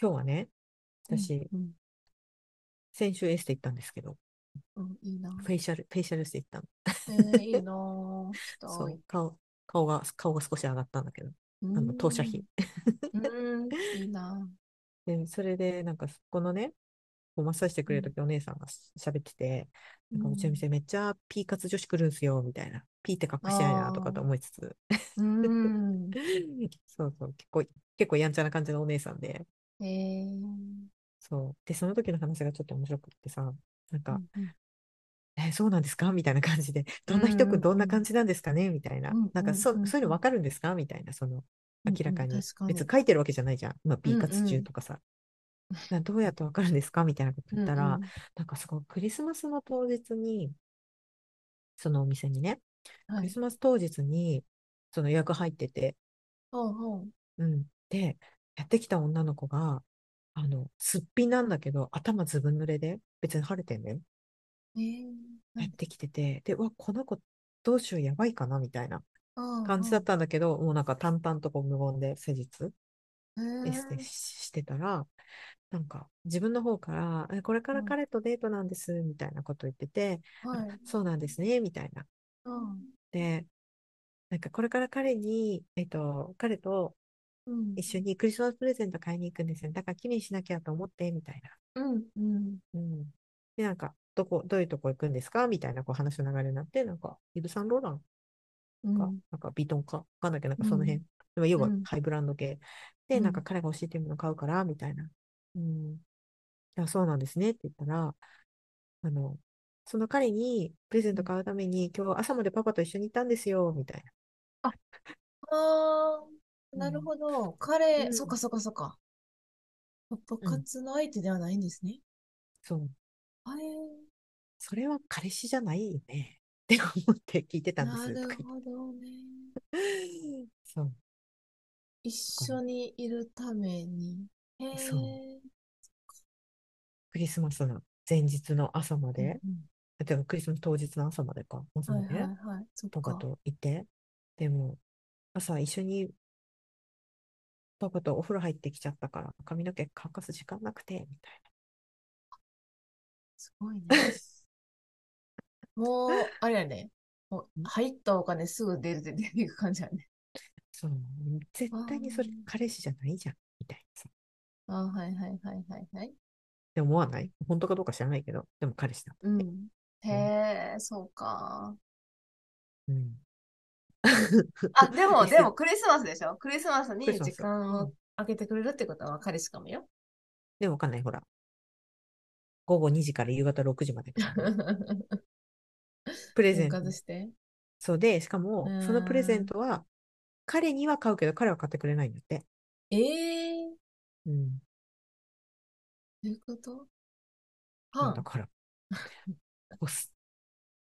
今日はね、うん私、うん先週エステ行ったんですけど、うんい いな。フェイシャル、フェイシャルエステ行ったの。えー、いいなー。したそ、。いう顔、顔が、顔が少し上がったんだけど、ああの、当社費。。うん、いいな。で、それで、なんか、そこのね、こうマッサージしてくれる時お姉さんが喋ってて、 なんか、うちの店めっちゃピーカツ女子来るんすよ、みたいな。ピーって隠してないな、とかと思いつつ、うん。そうそう、結構、結構やんちゃな感じのお姉さんで、えー。そう。で、その時の話がちょっと面白くってさ、なんうか、んうんえーそうなんですかみたいな感じで、どんな人うんうんくうんどんな感じなんですかねみたいな。うんなんかそ、うんうんそういうの分かるんですかみたいな、その、うん明らかに。確かに別に書いてるわけじゃないじゃん。まあ、うん B 活中とかさ。などうやって分かるんですかみたいなこと言ったら、うんうんなんかすごいクリスマスの当日に、そのお店にね、はクリい。スマス当日に、その予約入ってて、ほうほう。うん。で、やってきた女の子が、あの、すっぴんなんだけど、頭ずぶ濡れで、別に晴れてんだよ。えー。やってきてて、で、うわ、この子、どうしよう、やばいかな、みたいな感感じだっ。たんだけど、もうなんか淡々とこう無言で施術、うんエステししてたら、なんか自分の方から、えこれからうん彼とデートなんです、みたいなこと言ってて、はい。そうなんですね、みたいな。うんで、なんかこれから彼に、えっと、彼とうん。一緒にクリスマスプレゼント買いに行くんですよ。だから綺麗にしなきゃと思って、みたいな。うん。うん。うん。で、なんか、どこ、どういうとこ行くんですかみたいな、こう話の流れになって、なんか、イブ・サンローランうんか、なんかビトンか、わかんないけど、なんかその辺、うんでも要はうんハイブランド系。で、うんなんか彼が教えてるの買うから、みたいな。うん。いや、そうなんですねって言ったら、あの、その彼にプレゼント買うために、今日朝までパパと一緒に行ったんですよ、みたいあー、な。なるほど。彼、うんそっかそっかそっか。パパ活の相手ではないんですね。そう。はい。それは彼氏じゃないよね。って思って聞いてたんでなす。とるか言ほどね。ってそう。一緒にいるために。へえ。そうクリスマスの前日の朝まで、うん例えばクリスマス当日の朝までか、朝うんまはいではいはい。そっとかか。といて、でも、朝一緒にパパとお風呂入ってきちゃったから、髪の毛乾かす時間なくて、みたいすごいね。 もう、あれやね。もう入ったお金すぐ出て出ていく感じやね。な。そう、絶対にそれあー彼氏じゃないじゃん、みたいなさ。っあはいはいはいはいはい。て思わない本当かどうか知らないけど、でも彼氏だ。うん。へえ、そうか。うん。あ、でも、エスでテもクリスマスでしょクリスマスにクリスマス時間うをん空けてくれるってことは彼氏かも よ。でもわかんない、ほら。午後2時から夕方6時までか プレゼ分ント。割して。そうで、しかも、うんそのプレゼントは、彼には買うけど、彼は買ってくれないんだって。ええうん。どういうことパンだ。 から、ホス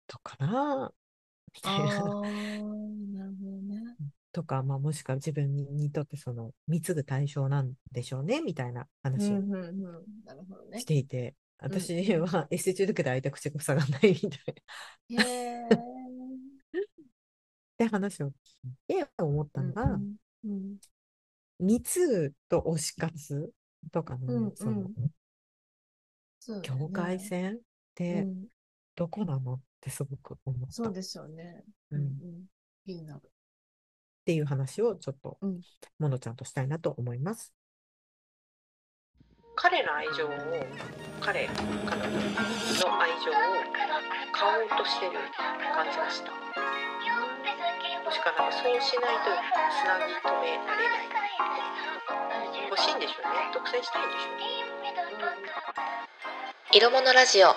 トかなみたいああな。ー、なるほどね。 とか、まあ、もしくは自分にとってその、貢ぐ対象なんでしょうね、みたいな話うをんうんうん。なるほどねし。ていて、ん私はエステ中だけど開いた口が塞がんないみた いな。へえ。で、話を聞いて思ったのうが、んうん貢ぐと推し活とかうんうのん、その、そうだよね境界線っうてん、どこなのってすごく思った。そうですよね。ううんんうん気になる。っていう話をちょっと、うんモノちゃんとしたいなと思います。彼の愛情を、彼、彼女の愛情を買おうとしてる感じました。もしくはなんかそうしないとつなぎ止められない。欲しいんでしょうね。独占したいんでしょうね。色物ラジオ。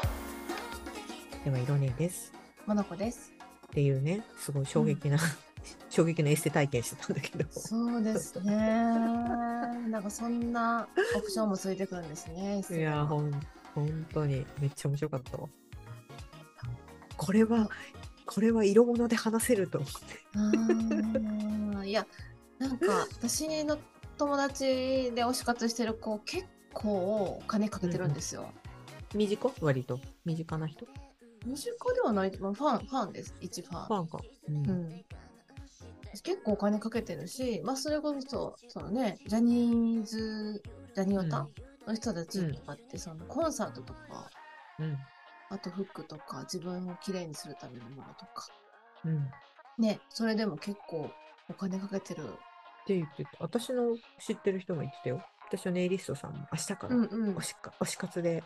では、色ねです。モナコです。っていうね、すごい衝撃な、衝撃のエステ体験してたんだけど。そうですね。 なんかそんなオプションもついてくるんですね。いやーほん、本当にめっちゃ面白かったわ。これは、これは色物で話せると思って。あーいやなんか私の友達で推し活してる子結構お金かけてるんですよ。身近割と。身近な人フ身近ではない、まあ、ファンファンです一ファン。ァンか。うん。うん、結構お金かけてるし、まあ、それこそその、ね、ジャニーズジャニオタうの人たちとかって、そのコンサートとか、うんあと服とか、自分をきれいにするためのものとか、うんっね、それでも結構お金かけてる。て言ってた私の知ってる人も言ってたよ私のネイリストさんも明日かうらんうん推しか推し活で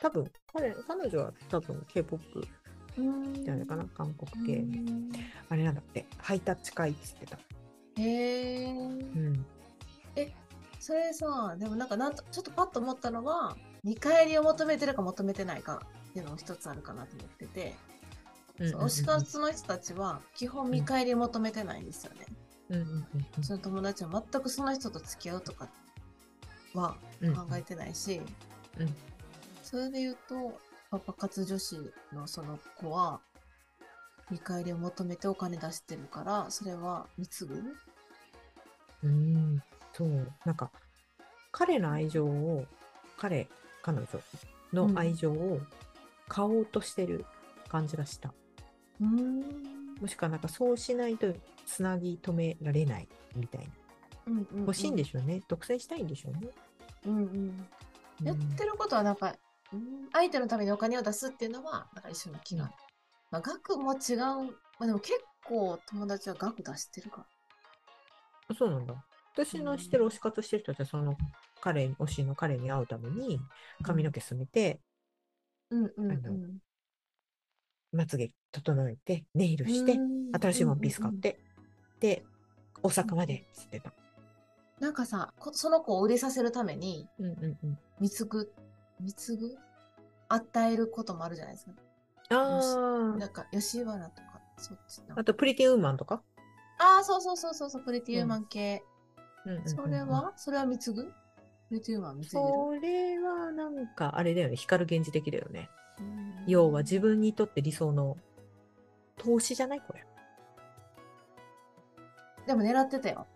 多分彼彼女は多分 k p o p うん。じゃないかな韓国系、うんあれなんだってハイタッチ会っつってた、へえ。うん、それさ、でもなんかなんと、ちょっとパッと思ったのは、見返りを求めてるか求めてないかっていうのも一つあるかなと思ってて、そう推し活の人たちは基本見返りを求めてないんですよね。うんうんうんその友達は全くその人と付き合うとかはうんうん考えてないし、うんそれで言うと、パパ活女子のその子は、見返りを求めてお金出してるから、それは貢ぐうんそうなんか彼の愛情を彼彼女の愛情を買おうとしてる感じがした、うーん。もしくはなんかそうしないとつなぎ止められないみたいなうんうん、欲しいんでしょうね、独占したいんでしょうね、うんうん。うん、やってることはなんか、うん相手のためにお金を出すっていうのは、なんか一緒の気が。まあ、額も違う。まあ、でも結構友達は額出してるから。そうなんだ。私の知ってる推し活してる人たちは、その彼、推しの彼に会うために髪の毛染めて、うんうんうあんの。まつげ整えて、ネイルして、新しいワンピース買っうんうんうんて、で、大阪までっつってた。なんかさこその子を売れさせるためにうんうんうん。貢ぐ貢ぐ与えることもあるじゃないですか、あなあ、んか吉原とかそっちのあとプリティウーマンとか。ああそうそうそうそうそうプリティウーマン系、うんうんうんうんそれはそれは貢ぐプリティウーマンは貢いでそるれはなんかあれだよね、光る現実的だよね。うん要は自分にとって理想の投資じゃないこれ。でも狙ってたよ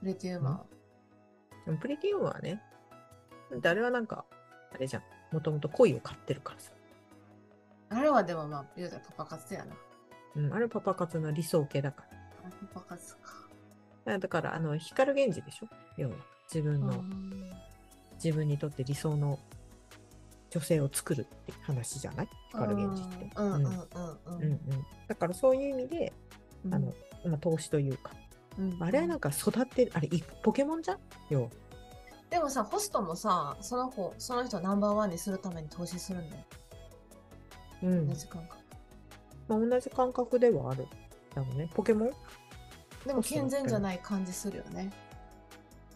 プリティウーマンは、でもプリティウーマンはね、誰はなんか、あれじゃん、もともと恋を買ってるからさ。あれはでもまあ言うたらパパ活やなうん、あれパパ活の理想系だか。あパパ活からあだから、あの、光源氏でしょ要は。自分の、うん自分にとって理想の女性を作るって話じゃない光源氏って。うんうんうんうんううんん。だからそういう意味で、うんあの、まあ、投資というか。うんあれはなんか育てる、あれ、いポケモンじゃん要は。でもさ、ホストもさ、その子、その人をナンバーワンにするために投資するんだよ。うん。同じ感覚。まあ、同じ感覚ではある。だもんね。ポケモンでも健全じゃない感じするよね。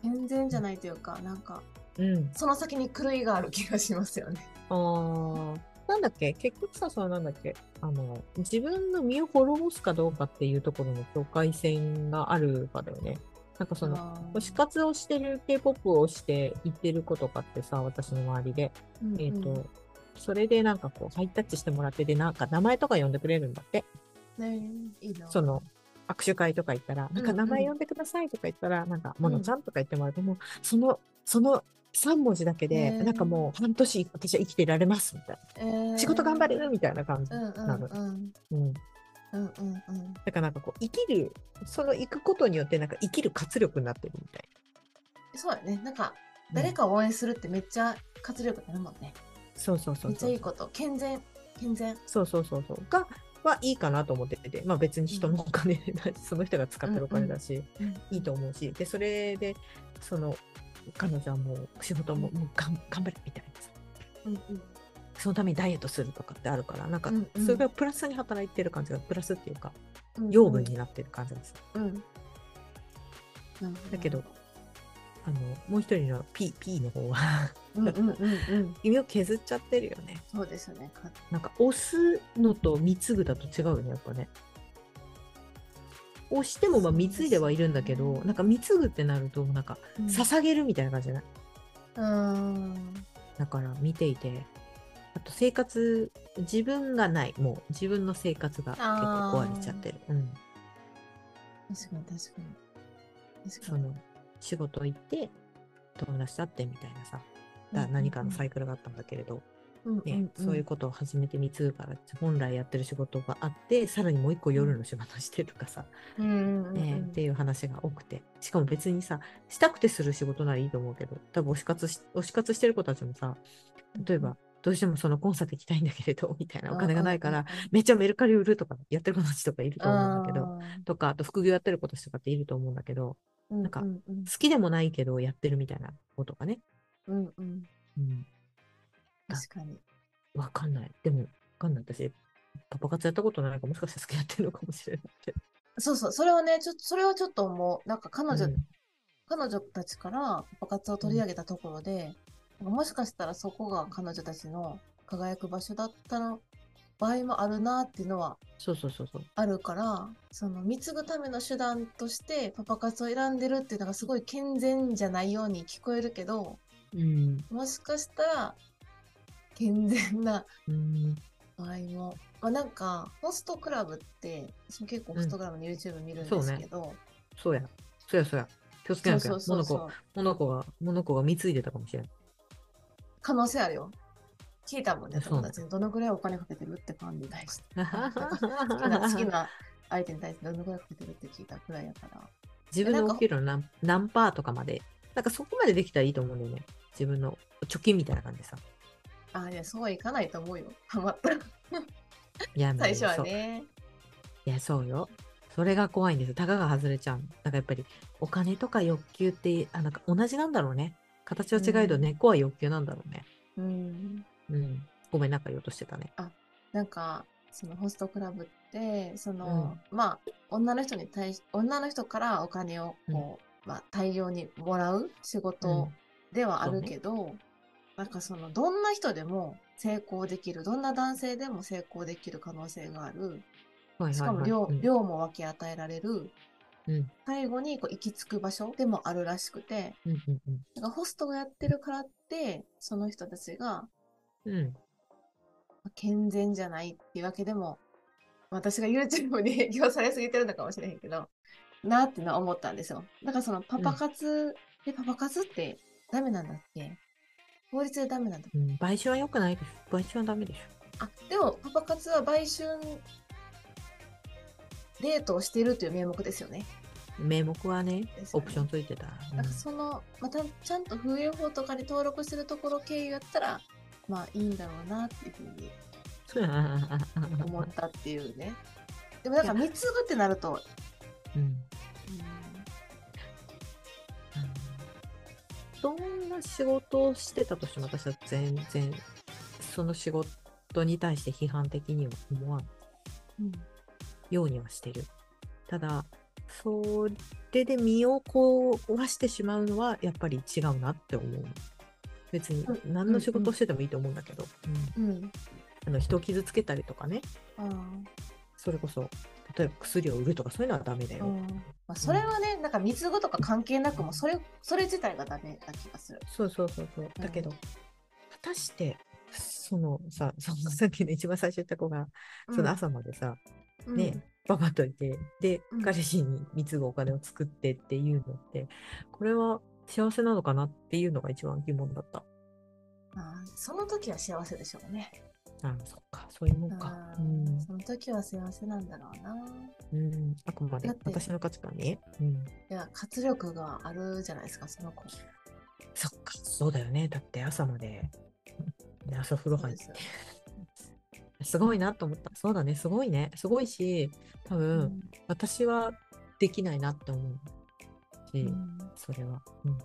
健全じゃないというか、なんか、うん。その先に狂いがある気がしますよね。ああ。なんだっけ結局さ、そのなんだっけあの、自分の身を滅ぼすかどうかっていうところの境界線があるかだよね。なんかその、あー推し活をしてる K-POP をして言ってる子とかってさ、私の周りで、うんえっ、と、うんそれでなんかこう、ハイタッチしてもらってで、なんか名前とか呼んでくれるんだって。ねいいな。その、握手会とか行ったら、なんかうん名前呼んでくださいとか言ったら、なんか、ものちゃんとか言ってもらって、もう、その、その3文字だけで、へーなんかもう半年私は生きていられます、みたいえーな。仕事頑張れるみたいな感じ。ううんうんうん。ん。うんうんうん。だからなんかこう、生きる、その行くことによって、なんか生きる活力になってるみたいそうだね。なんか、な。誰かを応援するってめっちゃ活力になるもんね。そうそうそうそう。めっちゃいいこと。健全。健全。そうそうそうそう。が、はいいかなと思ってて、まあ別に人のお金 だし、その人が使ってるお金だし、いいと思うし、で、それで、その、彼女はもう仕事ももうがん頑張れみたいなさ、うんうん。そのためにダイエットするとかってあるから、なんかうんう、んそれがプラスに働いてる感じが、プラスっていうか、うんうん養分に。なってる感じがする。うん。だけど、あの、もう一人の P、P の方は、 うんうんうんうん。意味を削っちゃってるよね。そうですよね。かなんか押すのと貢ぐだと違うよねやっぱね押してもまあ貢いではいるんだけそうどですねなんか貢ぐってなるとなんかうん捧げるみたいな感じじゃない、うーん。だから見ていてあと生活自分がないもう自分の生活が結構壊れちゃってる、うん、確かに確かに。確そかに。の仕事行って友達だってみたいなさだうん何かのサイクルがあったんだけれど、うんねそういうことを始めてみつうから本来やってる仕事があってさらにもう一個夜の仕事してとかさ、うんうんうんうんねっていう話が多くてしかも別にさしたくてする仕事ならいいと思うけど多分推し活し推し活してる子たちもさ例えばどうしてもそのコンサート行きたいんだけれどみ たいなお金がないからめっちゃメルカリ売るとかやってる子たちとかいると思うんだけどとかあと副業やってる子たちとかっていると思うんだけどなんか好きでもないけどやってるみたいな子とかね、うんうん、うん、確かに。わかんない。でも、わかんない。私、パパ活やったことないから、もしかしたら好きやってるのかもしれないって。そうそう、それはね、ちょっと、それはちょっと思う。なんか彼女、うん彼女たちからパパ活を取り上げたところで、もしかしたらそこが彼女たちの輝く場所だったの場合もあるなっていうのはそうそうそうそう。あるから、その貢ぐための手段としてパパ活を選んでるっていうのがすごい健全じゃないように聞こえるけど、うん。もしかしたら健全なうん。場合も、まあ、なんかホストクラブって私も結構ホストクラブの YouTube 見るんですけど、そうや。そうやそうや。気をつけそなうきゃ。そうモそうノコそう、モノコが、モノコが貢いでたかもしれない。可能性あるよ聞いたもんねそう友達にどのぐらいお金かけてるってファンに対して 好 きな好き自な相手に対してどのぐらいかけてるって聞いたくらいやから分のお給料の何何パーとかまで。なんかそこまでできたらいいと思うんだよね。自分の貯金みたいな感じでさ。ああいやそうはいかないと思うよハマったらいや、最初はそうねいや、そうよ。それが怖いんですよ。たかが外れちゃうの。なんかやっぱり、お金とか欲求って、あ、なんか同じなんだろうね。形は違えど、うん根っこは欲求なんだろうね。うんうん。ごめん、なんか言おうとしてたね。なんかそのホストクラブってその、まあ女の人に対し女の人からお金をこう、まあ、大量にもらう仕事ではあるけど、なんかそのどんな人でも成功できるどんな男性でも成功できる可能性があるはいしはいかもはい。量,、うん量も分け与えられるうん最後にこう行き着く場所でもあるらしくてうんうんなんかホストがやってるからってその人たちがうん。うん。健全じゃないっていうわけでも、私が YouTube に影響されすぎてるのかもしれへんけど、なーってのは思ったんですよ。だからそのパパ活、でパパ活ってダメなんだっけ法律でダメなんだっけうん、賠償は良くないでしょ。賠償はダメでしょ。あ、でもパパ活は売春デートをしているという名目ですよね。名目はね、ですよオねプションついてた。うんだからその、またちゃんと風営法とかに登録してるところ経由やったら、まあいいんだろうなっていうふうに 思ったっていうね。でもなんか貢ぐってなると、うんうんどんな仕事をしてたとしても私は全然その仕事に対して批判的には思わんうんようにはしてる。ただ、それで身を壊してしまうのはやっぱり違うなって思う。別にうん何の仕事をしててもいいと思うんだけど、うんうん。あの人を傷つけたりとかね、ああ。それこそ例えば薬を売るとかそういうのはダメだよ。うんまあ、それはね、なんか水語とか関係なくも、それ、それ自体がダメな気がする。そうそうそうそう。だけど、うん果たして、そのさ、そのさっきの一番最初言った子が、その朝までさ、うんね、パパといて、で、うん彼氏に貢ぐお金を作ってっていうのって、これは幸せなのかなっていうのが一番疑問だった。うんああその時は幸せでしょうね。あそっか、そういうもんか。ああうん、その時は幸せなんだろうな。うん、あくまでだって私の価値観ね。うん。いや、活力があるじゃないですか、その子。そっか、そうだよね。だって朝まで、で朝風呂入っそてうで。すごいなと思った。そうだね、すごいね。すごいし、多分、私はできないなって思うし、うんうんそれは、うん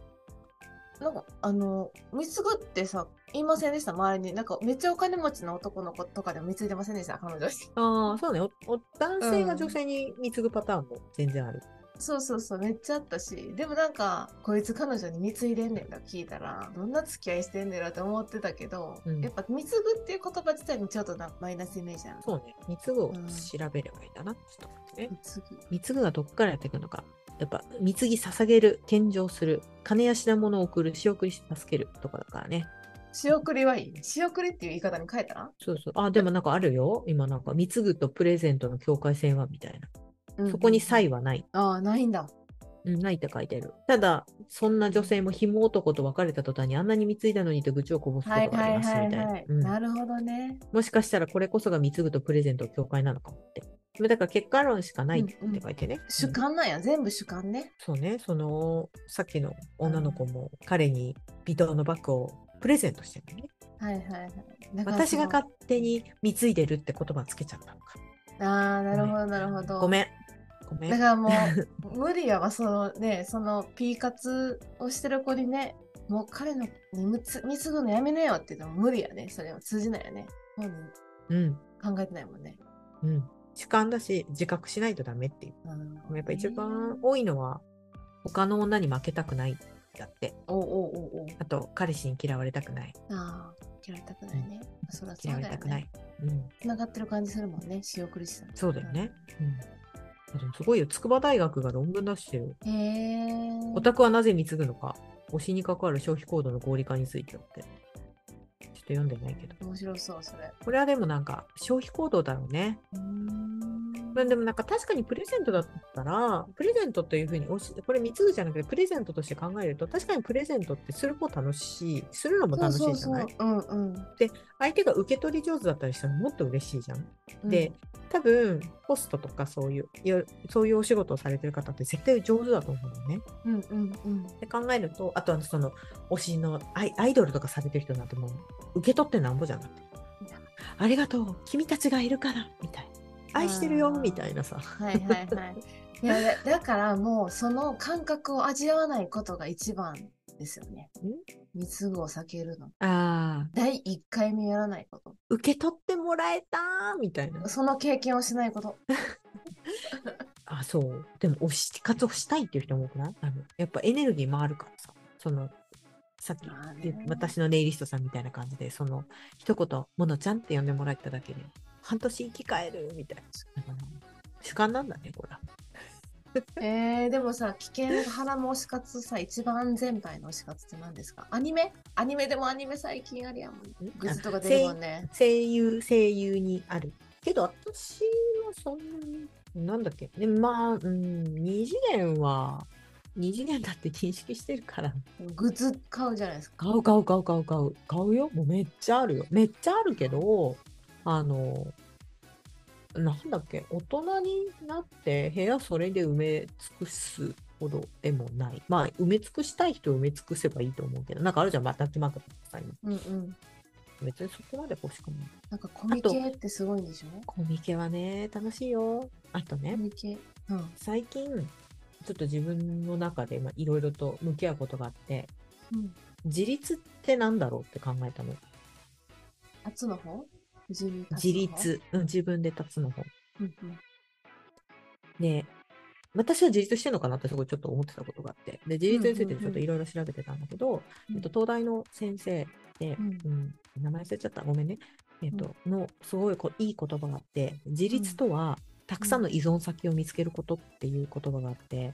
なんか、あの、貢ぐってさ、言いませんでした、周りに。なんか、めっちゃお金持ちの男の子とかでも貢いでませんでした、彼女。ああそうねおお男性が女性に貢ぐパターンも全然ある、そうそうそう、めっちゃあったし、でもなんか、こいつ彼女に貢いでんねんだ聞いたら、どんな付き合いしてんねんだって思ってたけど、うんやっぱ貢ぐっていう言葉自体にちょっとなマイナスイメージある。そうね貢ぐをうん調べればいいんだな、ちょっと待ってね貢ぐ。貢ぐがどこからやっていくのかやっぱ貢ぎ捧げる献上する金や品物を送る仕送りし助けるとかだからね仕送りはいい仕送りっていう言い方に変えたら、そうそうあでもなんかあるよ今なんか貢ぐとプレゼントの境界線はみたいな、そこにイ差異はないああ、ないんだ。うんないって書いてる。ただ、そんな女性も紐男と別れた途端にあんなに貢いだのにと愚痴をこぼすことはいがあはりいますみはたいいなはい。うんなるほどね。もしかしたらこれこそが貢ぐとプレゼント協会なのかもって。でもだから結果論しかないってうんうん書いてね。主うん観なんや、全部主観ね。そうね、そのさっきの女の子も彼に微糖のバッグをプレゼントしてるのね。はいはいはい。だからそ私のが勝手に貢いでるって言葉つけちゃったのか。ああ、なるほど、なるほど。ごめん。ごめだん。からも う、無理やわ、そのね、その P 活をしてる子にね、もう彼のにむつ貢ぐのやめなよって言っても無理やね、それは通じないよね。本人うん。考えてないもんね。うん。主観だし、自覚しないとダメっていう。うんやっぱ一番多いのは、他の女に負けたくないだって。おうおうおうおう。あと、彼氏に嫌われたくない。ああ、嫌われたくないね。そりゃそう嫌わだれよたくなね。い。うん。つながってる感じするもんね、仕送りしたそうだよね。うん。でもすごいよ。筑波大学が論文出してる。へえ。オタクはなぜ貢ぐのか。推しに関わる消費行動の合理化についてだって。ちょっと読んでないけど。面白そう、それ。これはでもなんか消費行動だろうね。うーんまあでもなんか確かにプレゼントだったら、プレゼントというふうに推し、これ貢ぐじゃなくて、プレゼントとして考えると、確かにプレゼントってする方楽しい、するのも楽しいじゃないそうそうそううんうん相手が受け取り上手だったりしたらもっと嬉しいじゃん。うん。で、多分、ホストとかそういう、いやそういうお仕事をされてる方って絶対上手だと思うのね。うんうんうん。で考えると、あとはその、推しのアイアイドルとかされてる人なんてもう、受け取ってなんぼじゃなくて。ありがとう、君たちがいるから、みたいな。愛してるよ、あーみたいなさ。はいはいはい。いやだだからもうその感覚を味わわないことが一番ですよね。貢ぐを避けるの。ああ、第1回目やらないこと。受け取ってもらえたー、みたいな。その経験をしないこと。あ、そう。でも、推し活をしたいっていう人も多くないあのやっぱエネルギー回るからさ。その、さっきまあねで私のネイリストさんみたいな感じで、その、一言、ものちゃんって呼んでもらっただけで、半年生き返るみたいな。なんか主観なんだね、これは。えー、でもさ、危険原の推し活さ、一番全敗の推し活って何ですかアニメアニメでもアニメ最近ありやもん。グッズとか出るもんね。声優、声優にある。けど、私はそんなに、なんだっけ。で、まあ、うん、二次元は、二次元だって認識してるから。グッズ買うじゃないですか。買う買う買う買う買う買うよもうめっちゃあるよめっちゃあるけどあのなんだっけ大人になって部屋それで埋め尽くすほどでもないまあ埋め尽くしたい人は埋め尽くせばいいと思うけどなんかあるじゃんまたちまくさうんうん。別にそこまで欲しくないなんかコミケってすごいんでしょコミケはね楽しいよあとねコミケ。うん。最近ちょっと自分の中でまあいろいろと向き合うことがあってうん。自立ってなんだろうって考えたのあっつの方自立の方自。立、うん、自分で立つの方うんうん。で、私は自立してるのかなってすごいちょっと思ってたことがあって、で、自立についてうんうんうんちょっといろいろ調べてたんだけど、うんえっと、東大の先生で、うんうん名前忘れちゃった、ごめんね、えっと、の、すごいこいい言葉があって、自立とは、たくさんの依存先を見つけることっていう言葉があって、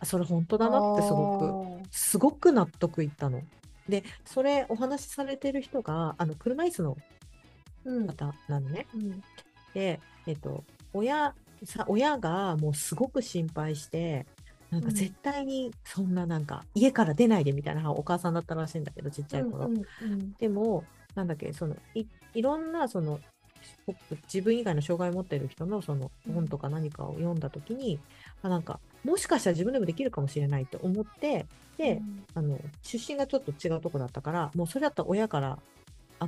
あそれ本当だなってすごくく。すごく納得いったの。で、それお話しされてる人が、あの、車椅子のうん。方なのね。うん。で、えっと、親さ親がもうすごく心配してなんかうん絶対にそんななんか家から出ないでみたいなお母さんだったらしいんだけどちっちゃい頃。うんうんでもなんだっけそのいいろんなそのほ自分以外の障害を持ってる人のそのうん本とか何かを読んだ時に、あなんかもしかしたら自分でもできるかもしれないと思ってで、あの出身がちょっと違うとこだったからもうそれだったら親から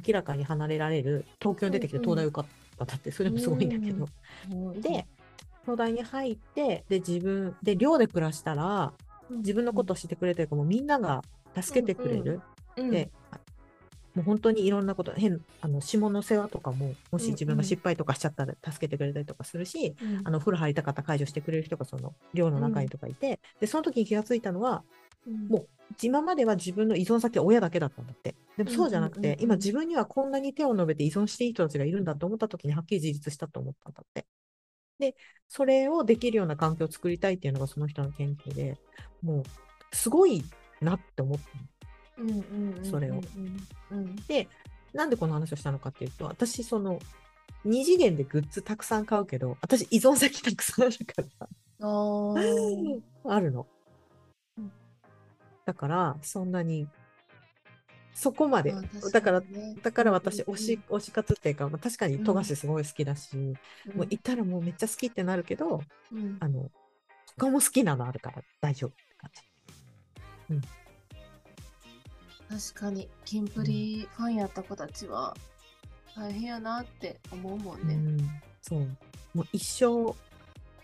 明らかに離れられる東京に出てきて東大受かっただってそれもすごいんだけど、うん、で東大に入ってで自分で寮で暮らしたらうん自分のことを知ってくれてるかもうみんなが助けてくれる、うん、でもう本当にいろんなこと変あの下の世話とかももし自分が失敗とかしちゃったら助けてくれたりとかするし、うん、あのお風呂入りたかったら解除してくれる人がその寮の中にとかいて、でその時に気がついたのはうん、も今までは自分の依存先は親だけだったんだって。でもそうじゃなくうんうんうんて、うん今自分にはこんなに手を伸べて依存していい人たちがいるんだと思った時にはっきり自立したと思ったんだって。で、それをできるような環境を作りたいっていうのがその人の研究で、もうすごいなって思ったの。うんうんうん、それをうん、うんなんでこの話をしたのかっていうと、私その、二次元でグッズたくさん買うけど、私依存先たくさんあるから、うん、あーあるの。だからそんなにそこまで、まあだから確にねだから私推うんうんうんし推し活っていうか、まあ、確かに富樫すごい好きだし、うんもういたらもうめっちゃ好きってなるけどうんあの他も好きなのあるから大丈夫って感じ。確かにキンプリファンやった子たちは大変やなって思うもんうね。ん、そうもう一生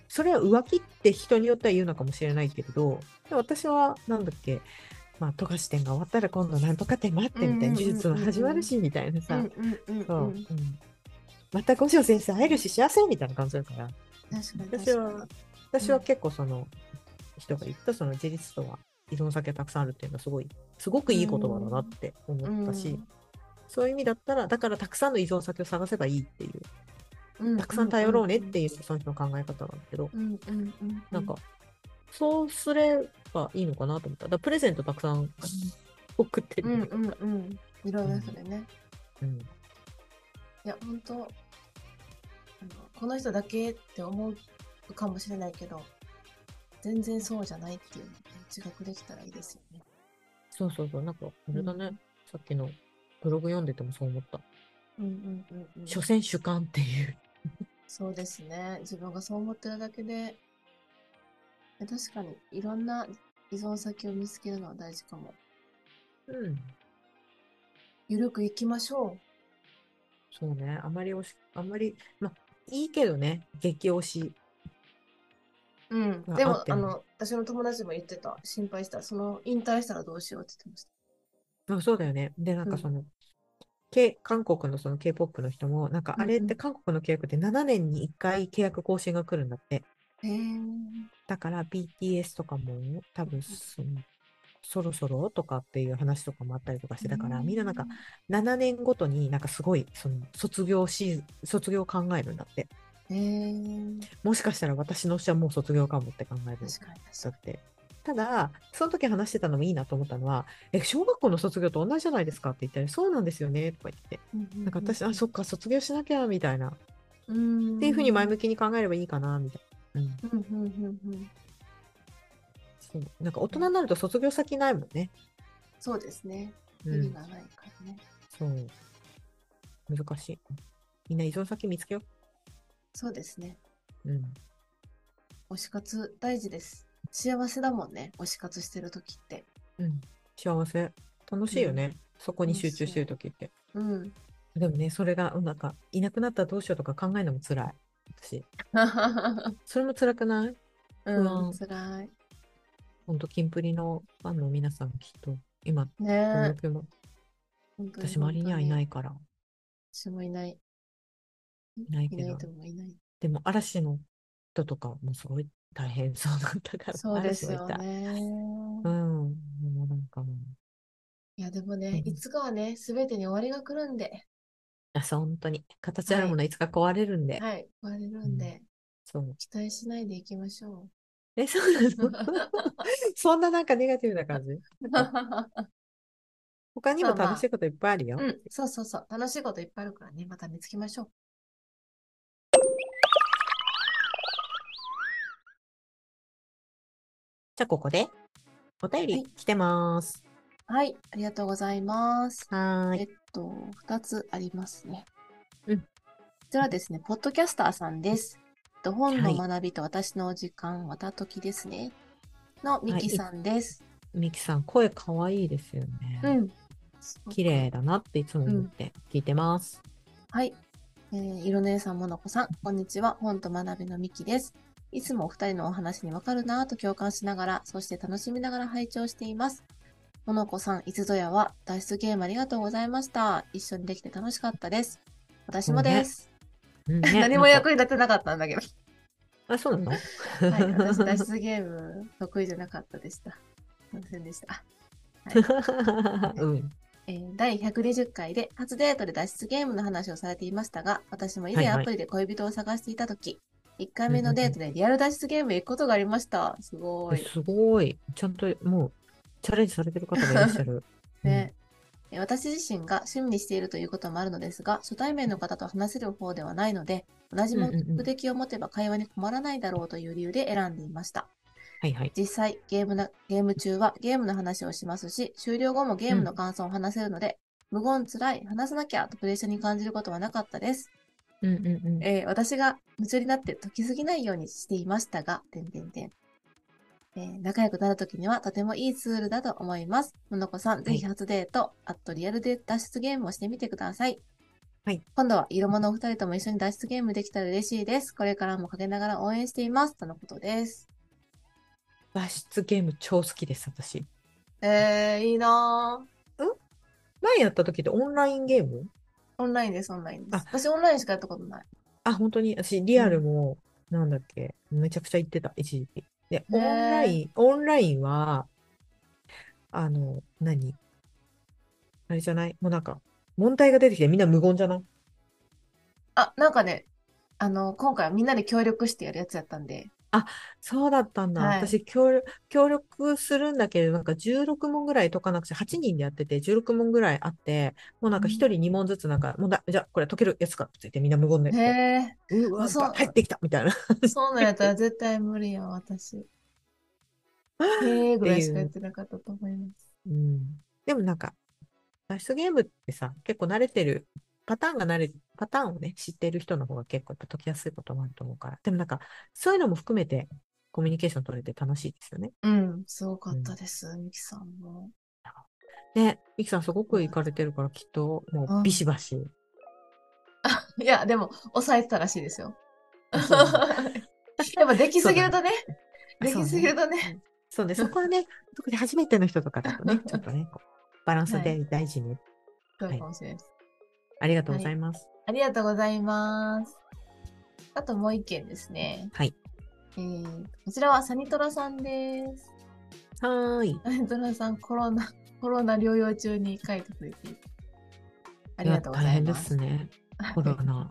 それは浮気って人によっては言うのかもしれないけれどで私はなんだっけまあ富樫展が終わったら今度なんとか展待ってみたいうんうんうんうんな呪術も始まるしみたいなうさ、んうんうんうそう、うんん、また五条先生会えるし幸せみたいな感じだから確かに私確かは私は結構その人が言ったその自立とは依存先がたくさんあるっていうのはすごいすごくいい言葉だなってに。思ったし、うんそういう意味だったらだからたくさんの依存先を探せばいいっていううたくさん頼ろうねっていいうその人の考え方なんだけど、うんうんうん、なんか、そうすればいいのかなと思った。だからプレゼントたくさん送ってうんる。うんうん、いろいろそれね。うんいや、本当あのこの人だけって思うかもしれないけど、全然そうじゃないっていうのをね自覚できたらいいですよね。そうそうそう、なんか、あれだね、うんさっきのブログ読んでてもそう思った。うんうんうんうん、所詮主観っていう。そうですね。自分がそう思ってるだけで、え確かにいろんな依存先を見つけるのは大事かも。うん。ゆるくいきましょそうね、あまりおし、あんまり、まあ、いいけどね、激推し。う。うんあで合もっ、てあるの、私の友達も言ってた。心配した。その、引退したらどうしようって言ってました。うんそうだよね。で、なんうかんその、K、韓国のその K-POP の人も、なんかあれっうんうてん韓国の契約って7年に1回契約更新が来るんだって。へえ。だから BTS とかも多分そのそろそろとかっていう話とかもあったりとかしてだからみんななんか7年ごとになんかすごいその卒業シーズン卒業を考えるんだってうん。へえ。もしかしたら私の推しはもう卒業かもって考えるんだ確かに確かに。ってただその時話してたのもいいなと思ったのは「え小学校の卒業と同じじゃないですか」って言ったら「そうなんですよね」とか言ってななんか私「あそっか卒業しなきゃ」みたいなっうん、ていうふうに前向きに考えればいいかなみたいな、うん、うんうんうんうんそうなんか大人になると卒業先ないもんね、そうですね。う無理ん、がないからね。そう。難しい。みんな依存先見つけよそうですね。う。うん。推し活大事です。幸せだもんね。推し活してる時って。うん。幸せ。楽しいよね。そこに集中してるときって。うん。 でもね、それが、うんなんか、いなくなったらどうしようとか考えるのも辛い。私。それも辛くないうん、うん辛い。ほんと、キンプリのファンの皆さん、きっと、今、このね状況もえ。。私、周りにはいないいから。私もいない。いないいけないど。ともいない。でも、嵐の人とかもすごい大変そうだったから、そうですよ嵐は痛い。うね。ん。もうなんかもう、いや、でもね、いつかはね、すべてに終わりが来るんで、あそう、本当に。形あるものはいつか壊れるんで。はい、終われるんで、そう。期待しないでいきましょえ、そうなう。の そんななんかネガティブな感じ他にもまあまあ楽しいこといっぱいあるよ。うん、そうそうそう。楽しいこといっぱいあるからね、また見つけましょう。じゃあここでお便はりい来てます。はい、ありがとうございます。はーえい。っと、2つありますね。うんこちらですね、ポッドキャスターさんです。えっと本のは学びと私の時間、わたときですね。のミキさんです。ミキさん、声かわいいですよね。うん。綺麗だなっていつも思って聞いてます。はい。えー、いろねえさん、ものこさん、こんにちは。本と学びのミキです。いつもお二人のお話にわかるなぁと共感しながら、そして楽しみながら拝聴しています。ものこさん、いつぞやは脱出ゲームありがとうございました。一緒にできて楽しかったです。私もです。 うんね何もなんか役に立てなかったんだけど。 あ、そうなのはい、私脱出ゲーム得意じゃなかったでした。すいませんでした。 うん。えー第120回で初デートで脱出ゲームの話をされていましたが、私も以前はいはいアプリで恋人を探していたとき、1回目のデートでリアル脱出ゲームへ行くことがありました。すごい。すごい。ちゃんともうチャレンジされてる方がいらっしゃ る。ね。えー私自身が趣味にしているということもあるのですが、初対面の方と話せる方ではないので、同じ目的を持てば会話に困らないだろうという理由で選んでいました。はいはい。実際ゲームな、ゲーム中はゲームの話をしますし、終了後もゲームの感想を話せるので、無言つらい、話さなきゃとプレッシャーに感じることはなかったです。うんうんうん。えー私が夢中になって解きすぎないようにしていましたが、てんてんてん。えー仲良くなるときにはとてもいいツールだと思います。ののこさん、ぜひ初デート、あとリアルで脱出ゲームをしてみてください。はい。今度は色物お二人とも一緒に脱出ゲームできたら嬉しいです。これからもかけながら応援しています。とのことです。脱出ゲーム超好きです、私。えー、いいなぁ。前やった時ってオンラインゲームオンラインです、オンラインですあ。私オンラインしかやったことない。あ、本当に私、リアルも、なんだっけ、めちゃくちゃ行ってた、一時期。で、オンライン、オンラインは、あの、何あれじゃないもうなんか、問題が出てきてみんな無言じゃないあ、なんかね、あの、今回はみんなで協力してやるやつやったんで、そうだったんだ。はい私協力、協力するんだけど、なんか16問ぐらい解かなくて、8人でやってて、16問ぐらいあって、もうなんか1人2問ずつなんか、問題、じゃあこれ解けるやつかって言ってみんな無言で。へうわ、そう入ってきたみたいな。え、そうなんやったら絶対無理や、私。へえぐらいしかやってなかったと思います。うん、でもなんか、脱出ゲームってさ、結構慣れてる、パターンが慣れ、パターンをね、知ってる人の方が結構やっぱ解きやすいこともあると思うから。でもなんか、そういうのも含めてコミュニケーション取れて楽しいですよね。うん、すごかったです、ミキさんも。ね、ミキさんすごく行かれてるから、きっともううんビシバシ。いや、でも、抑えてたらしいですよ。あそう なんだ やっぱ、できすぎるとね、あでそうきねすぎるとね、そうね、そこはね、特に初めての人とかだと ね、ちょっとね、こうバランスで大事に。そうかもしれないです。ありがとうございます。ありがとうございます。あともう一件ですね。はい。えー、こちらはサニトラさんです。はーい。アントラさん、コロナ、コロナ療養中に書いてくれている。ありがとうございまいす。や大 変ですね。コロナ。あの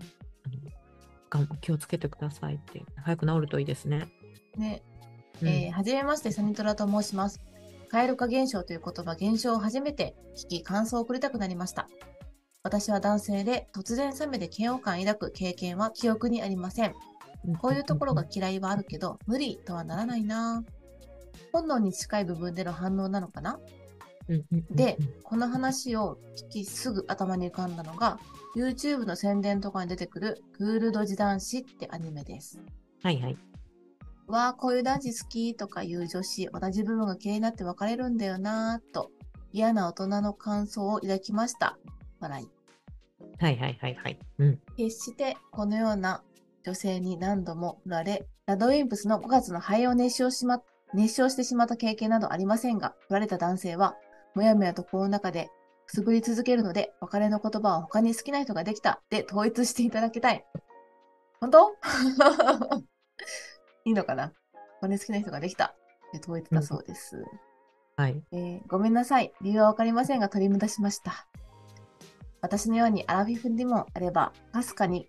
がん気をつけてくださいって。早く治るといいですね。ね、うんえーはじめまして、サニトラと申します。蛙化現象という言葉、現象を初めて聞き、感想を送りたくなりました。私は男性で、突然冷めて嫌悪感を抱く経験は記憶にありません。こういうところが嫌いはあるけど、無理とはならないなぁ。本能に近い部分での反応なのかなうんうんうんで、この話を聞きすぐ頭に浮かんだのが、YouTube の宣伝とかに出てくる、クールドジ男子ってアニメです。はいはい。わあ、こういう男子好きとかいう女子、同じ部分が嫌いになって別れるんだよなぁと、嫌な大人の感想を抱きました。笑い。はいはいはいはい。うん。決してこのような女性に何度も振られ、ラドウィンプスの5月の灰を熱唱しま、熱唱してしまった経験などありませんが、振られた男性は、もやもやと心の中でくすぶり続けるので、別れの言葉は他に好きな人ができたで統一していただきたい。本当 いいのかな他に好きな人ができたで統一だそうです。はい。えーごめんなさい。理由はわかりませんが取り乱しました。私のようにアラフィフでもあれば、かすかに、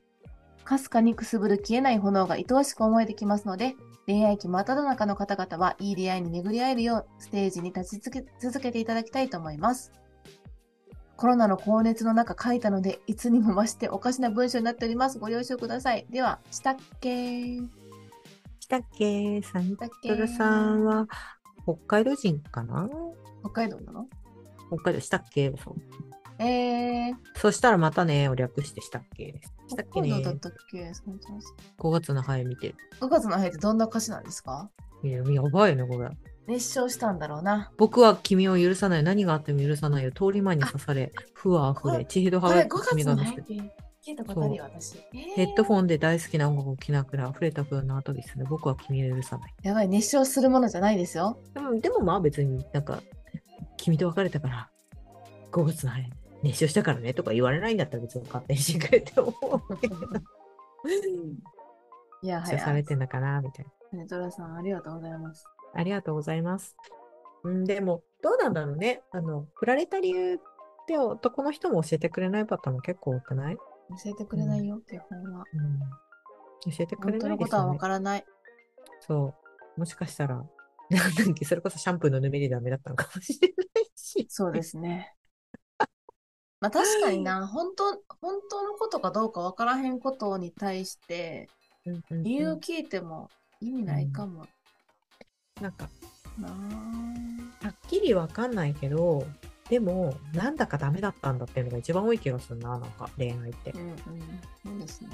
かすかにくすぶる消えない炎が愛おしく思えてきますので、恋愛期真っ只中の方々はいい出会いに巡り合えるよう、ステージに立ちつけ続けていただきたいと思います。コロナの高熱の中書いたので、いつにも増しておかしな文章になっております。ご了承ください。では、したっけしたっけサニしたっトラけさんは北海道人かな北海道なの北海道したっけそう。えー、そしたらまたねを略してしたっけしたっけ北海ね道だったっけそうそうそう5月の灰見てる。 5月のってどんな歌詞なんですかいややばいよね、これ。熱唱したんだろうな。僕は君を許さない。何があっても許さないよ。通り魔に刺され、ふわふれ、千尋これは5月がのの配せって聞いたことあるよ、私。えヘーッドフォンで大好きな音楽を聴きながら溢れた風の後にする。僕は君を許さない。やばい、熱唱するものじゃないですよ。 でも、でもまあ別になんか、君と別れたから、5月の晴熱唱したからねとか言われないんだったら別に勝手にしてくれて思う けど。いや、は熱唱い。されてんだかなみたいな。ネトラさん、ありがとうございます。ありがとうございます。うん、でも、どうなんだろうね。あの、振られた理由って男の人も教えてくれないパターンも結構多くない、教えてくれないよ、手本は。うん、教えてくれ本当なのいでこすとはよわね。からない。そう。もしかしたら、 なんだっけ、それこそシャンプーのぬめりダメだったのかもしれないし。そうですね。 まあ確かにな、本当、本当のことかどうかわからへんことに対して、 うんうんうん理由聞いても意味ないかも。なんかなあはっきりわかんないけどでもなんだかダメだったんだっていうのが一番多い気がするななんか恋愛ってうんうんそうですね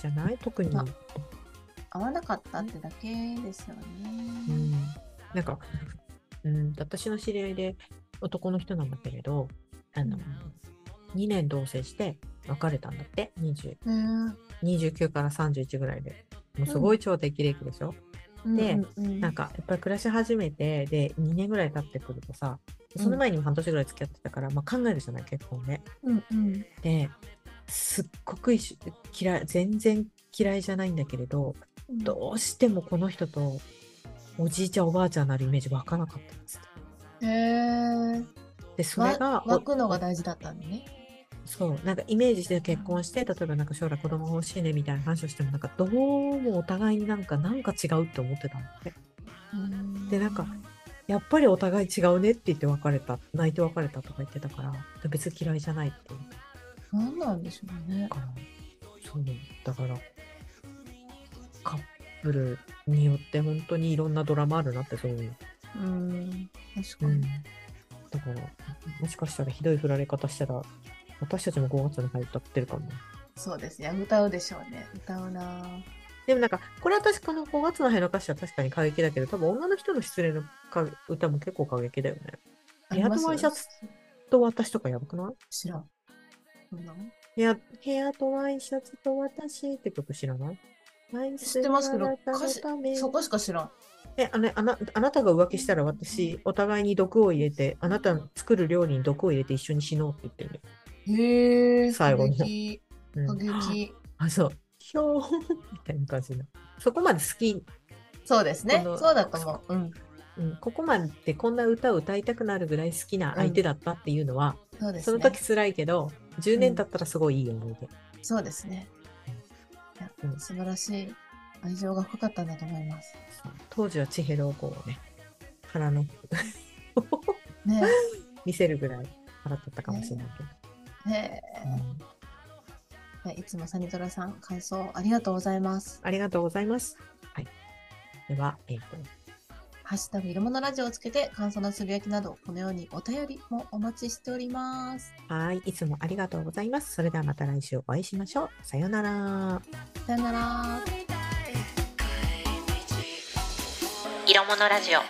じゃない特に、まあ合わなかったってだけですよね、うん、なんか、うん、私の知り合いで男の人なんだけれどあの2年同棲して別れたんだって20うん29から31ぐらいでもうすごい超適齢期でしょ、でうんなんかやっぱり暮らし始めてで2年ぐらい経ってくるとさその前にも半年ぐらい付き合ってたから、まあ、考えるじゃない結婚ね。うんうんですっごく一緒嫌い全然嫌いじゃないんだけれどうんどうしてもこの人とおじいちゃんおばあちゃんになるイメージ湧かなかったんですってへえでそれがお湧くのが大事だったんでねそうなんかイメージして結婚して例えばなんか将来子供欲しいねみたいな話をしてもなんかどうもお互いになんかなんか違うって思ってたのででなんかやっぱりお互い違うねって言って別れた泣いて別れたとか言ってたから別に嫌いじゃないっていう何なんでしょうねからそうだからカップルによって本当にいろんなドラマあるなってそういう、うん確かに、だからもしかしたらひどい振られ方したら私たちも5月に入ったってるかもねそうですね歌うでしょうね歌うなでもなんかこれ私この5月の入の歌詞は確かに過激だけど多分女の人の失恋のか歌も結構過激だよね部屋とワイシャツと私とかやばくない知らんそんなの部屋部屋とワイシャツと私って曲知らない知ってますけど歌詞そこしか知らんえあのあなあなたが浮気したら私、お互いに毒を入れて、あなたの作る料理に毒を入れて一緒に死のうって言ってるへえ最後の過激過のよ、うん激あ、そう。ひょーみたいな感じの。そこまで好き、そうですねこのそうだと思ううんうん、ここまでこんな歌を歌いたくなるぐらい好きな相手だったっていうのは、そうですねその時辛いけど、10年経ったらすごいいい思い出。そうですね。いやうん素晴らしい愛情が深かったんだと思います。そう当時は地平道校をね、腹の ね見せるぐらい腹立ったかもしれないけど。え、ねうんえ、いつもサニトラさん、感想ありがとうございます。ありがとうございます。はい、では、えっ、と、ハッシュタグいろものラジオをつけて、感想のつぶやきなど、このようにお便りもお待ちしております。はい、いつもありがとうございます。それではまた来週お会いしましょう。さようなら。さよなら。色物ラジオ